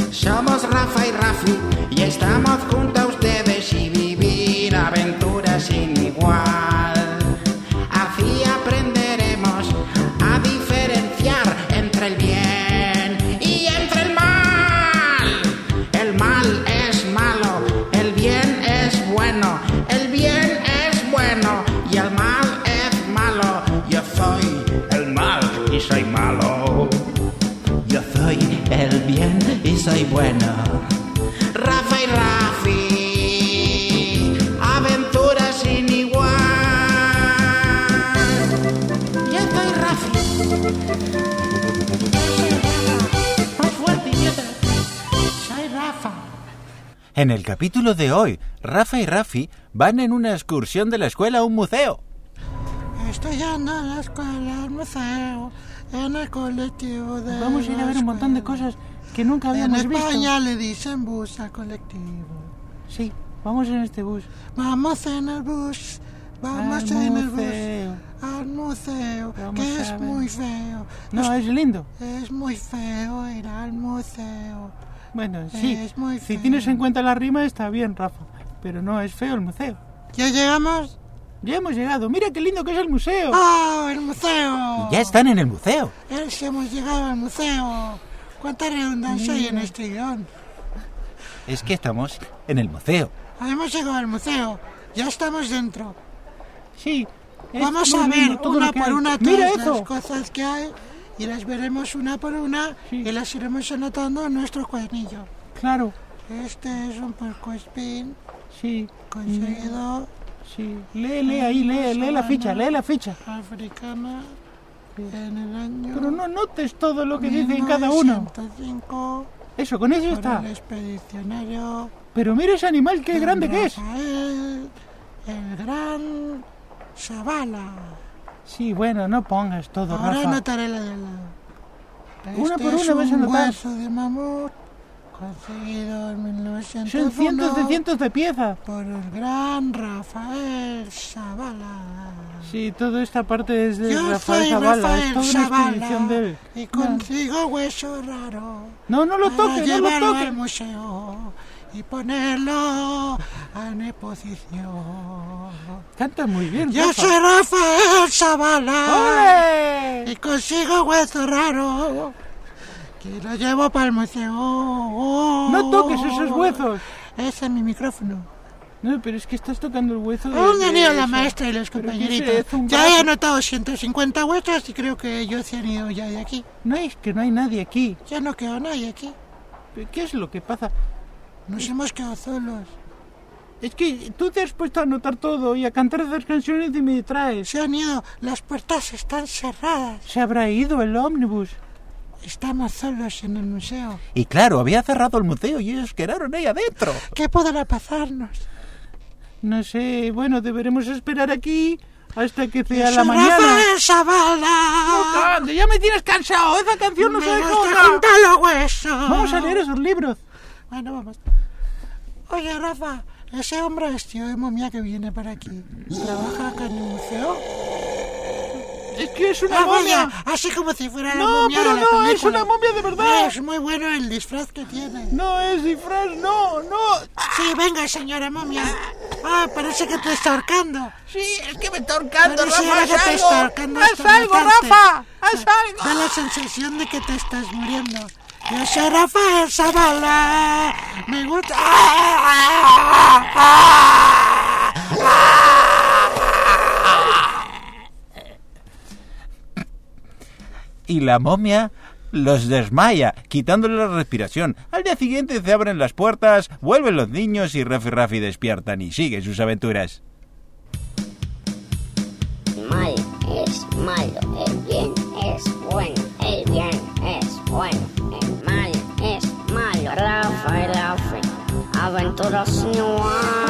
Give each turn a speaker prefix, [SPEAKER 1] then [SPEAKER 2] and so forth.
[SPEAKER 1] Rafa y Rafi y estamos junto a ustedes y vivir aventuras sin igual. Así aprenderemos a diferenciar entre el bien y entre el mal. El mal es malo, el bien es bueno, el bien es bueno y el mal es malo. Yo soy el mal y soy malo. Yo soy el bien y soy bueno. Rafa y Rafi, aventuras sin igual. Yo soy Rafi. Yo soy Rafa. Más fuerte, idiota. Soy Rafa.
[SPEAKER 2] En el capítulo de hoy, Rafa y Rafi van en una excursión de la escuela a un museo.
[SPEAKER 3] Estoy yendo a la escuela, al museo, en el colectivo de.
[SPEAKER 4] Vamos a ir a
[SPEAKER 3] la
[SPEAKER 4] ver un montón de
[SPEAKER 3] escuela.
[SPEAKER 4] cosas que nunca
[SPEAKER 3] En
[SPEAKER 4] habíamos visto.
[SPEAKER 3] España le dicen bus al colectivo.
[SPEAKER 4] Sí, vamos en este bus.
[SPEAKER 3] Vamos en el bus, vamos
[SPEAKER 4] Al
[SPEAKER 3] en el
[SPEAKER 4] museo.
[SPEAKER 3] bus, al museo,
[SPEAKER 4] Vamos
[SPEAKER 3] que
[SPEAKER 4] a
[SPEAKER 3] es
[SPEAKER 4] ver.
[SPEAKER 3] muy feo.
[SPEAKER 4] No, es lindo.
[SPEAKER 3] Es muy feo ir al museo.
[SPEAKER 4] Bueno, sí.
[SPEAKER 3] Es muy
[SPEAKER 4] Si
[SPEAKER 3] feo.
[SPEAKER 4] tienes en cuenta la rima está bien, Rafa. Pero no, es feo el museo.
[SPEAKER 3] ¿Ya llegamos?
[SPEAKER 4] Ya hemos llegado. Mira qué lindo que es el museo.
[SPEAKER 3] ¡Oh, el museo!
[SPEAKER 2] Y ya están en el museo.
[SPEAKER 3] Es- hemos llegado al museo. ¿Cuánta redundancia hay en este guión?
[SPEAKER 2] Es que estamos en el museo.
[SPEAKER 3] Hemos llegado al museo, ya estamos dentro.
[SPEAKER 4] Sí. es
[SPEAKER 3] Vamos
[SPEAKER 4] muy
[SPEAKER 3] a ver
[SPEAKER 4] lindo todo
[SPEAKER 3] una
[SPEAKER 4] lo que
[SPEAKER 3] por
[SPEAKER 4] hay.
[SPEAKER 3] una todas
[SPEAKER 4] Mira
[SPEAKER 3] las
[SPEAKER 4] eso.
[SPEAKER 3] cosas que hay y las veremos una por una
[SPEAKER 4] Sí.
[SPEAKER 3] y las iremos anotando en nuestro cuadernillo.
[SPEAKER 4] Claro.
[SPEAKER 3] Este es un porco spin
[SPEAKER 4] Sí.
[SPEAKER 3] conseguido
[SPEAKER 4] Sí. Lee, lee ahí, lee, lee la ficha, lee la ficha.
[SPEAKER 3] africana en el año.
[SPEAKER 4] Pero no notes todo lo que dice cada uno.
[SPEAKER 3] 1905,
[SPEAKER 4] Eso, con eso
[SPEAKER 3] por
[SPEAKER 4] está.
[SPEAKER 3] el expedicionario.
[SPEAKER 4] Pero mira ese animal, qué grande que es.
[SPEAKER 3] Rafael, El gran Zavala.
[SPEAKER 4] Sí, bueno, no pongas todo,
[SPEAKER 3] Ahora
[SPEAKER 4] Rafa.
[SPEAKER 3] anotaré la de al lado.
[SPEAKER 4] Una
[SPEAKER 3] Este
[SPEAKER 4] por
[SPEAKER 3] es
[SPEAKER 4] una vas a
[SPEAKER 3] un
[SPEAKER 4] anotar.
[SPEAKER 3] hueso de mamut conseguido en
[SPEAKER 4] Son
[SPEAKER 3] 1901
[SPEAKER 4] cientos de cientos de piezas.
[SPEAKER 3] por el gran Rafael Zavala.
[SPEAKER 4] Sí, toda esta parte es de
[SPEAKER 3] Yo
[SPEAKER 4] Rafael
[SPEAKER 3] soy
[SPEAKER 4] Zavala. Es
[SPEAKER 3] Rafael
[SPEAKER 4] toda una expedición
[SPEAKER 3] Zavala
[SPEAKER 4] de él.
[SPEAKER 3] y consigo hueso raro
[SPEAKER 4] No, no lo
[SPEAKER 3] para
[SPEAKER 4] toques, no lo
[SPEAKER 3] llevarlo
[SPEAKER 4] toques.
[SPEAKER 3] al museo y ponerlo en exposición.
[SPEAKER 4] Canta muy bien,
[SPEAKER 3] Yo
[SPEAKER 4] Rafa.
[SPEAKER 3] soy Rafael Zavala
[SPEAKER 4] ¡Ole!
[SPEAKER 3] y consigo hueso raro que lo llevo para el museo.
[SPEAKER 4] No
[SPEAKER 3] No
[SPEAKER 4] toques esos huesos.
[SPEAKER 3] Ese es mi micrófono.
[SPEAKER 4] No, pero es que estás tocando el hueso de...
[SPEAKER 3] Han
[SPEAKER 4] de
[SPEAKER 3] venido la
[SPEAKER 4] eso.
[SPEAKER 3] maestra y los
[SPEAKER 4] Pero que
[SPEAKER 3] compañeritos.
[SPEAKER 4] ese es un
[SPEAKER 3] Ya
[SPEAKER 4] brazo.
[SPEAKER 3] he anotado 150 huesos y creo que ellos se han ido ya de aquí.
[SPEAKER 4] No es que no hay nadie aquí.
[SPEAKER 3] Ya no quedó nadie aquí.
[SPEAKER 4] ¿Pero ¿Qué es lo que pasa?
[SPEAKER 3] Nos hemos quedado solos.
[SPEAKER 4] Es que tú te has puesto a anotar todo y a cantar esas canciones y me distraes.
[SPEAKER 3] Se han ido. Las puertas están cerradas.
[SPEAKER 4] Se habrá ido el ómnibus.
[SPEAKER 3] Estamos solos en el museo.
[SPEAKER 2] Y claro, había cerrado el museo y ellos quedaron ahí adentro.
[SPEAKER 3] ¿Qué podrá pasarnos?
[SPEAKER 4] No sé, bueno, deberemos esperar aquí hasta que
[SPEAKER 3] Yo
[SPEAKER 4] sea la
[SPEAKER 3] soy
[SPEAKER 4] mañana.
[SPEAKER 3] Rafael Zavala.
[SPEAKER 4] ¡Ande, ya me tienes cansado! ¡Esa canción no
[SPEAKER 3] Me
[SPEAKER 4] se deja
[SPEAKER 3] gusta
[SPEAKER 4] otra!
[SPEAKER 3] juntar los huesos.
[SPEAKER 4] Vamos a leer esos libros.
[SPEAKER 3] Bueno, vamos. Oye, Rafa, ese hombre vestido de momia que viene para aquí, ¿trabaja acá en el museo?
[SPEAKER 4] Es que es una
[SPEAKER 3] Ah, vaya,
[SPEAKER 4] momia.
[SPEAKER 3] así como si fuera la
[SPEAKER 4] No,
[SPEAKER 3] momia
[SPEAKER 4] pero
[SPEAKER 3] de la
[SPEAKER 4] no, es
[SPEAKER 3] película.
[SPEAKER 4] una momia de verdad.
[SPEAKER 3] Es muy bueno el disfraz que tiene.
[SPEAKER 4] No es disfraz, no, no.
[SPEAKER 3] Sí, venga, señora momia. Ah, parece que te está ahorcando.
[SPEAKER 4] Sí, es que me está ahorcando,
[SPEAKER 3] Parece que te está ahorcando
[SPEAKER 4] ¡Haz
[SPEAKER 3] hasta
[SPEAKER 4] algo,
[SPEAKER 3] matarte.
[SPEAKER 4] Rafa! ¡Haz
[SPEAKER 3] Da
[SPEAKER 4] algo!
[SPEAKER 3] la sensación de que te estás muriendo. Yo soy Rafael Zavala. Me gusta. Ah,
[SPEAKER 2] Y la momia los desmaya, quitándole la respiración. Al día siguiente se abren las puertas, vuelven los niños y Rafi y Rafi despiertan y siguen sus aventuras.
[SPEAKER 5] mal es malo, el bien es bueno, el bien es bueno, el mal es malo. Rafa y Rafi, aventuras sin igual.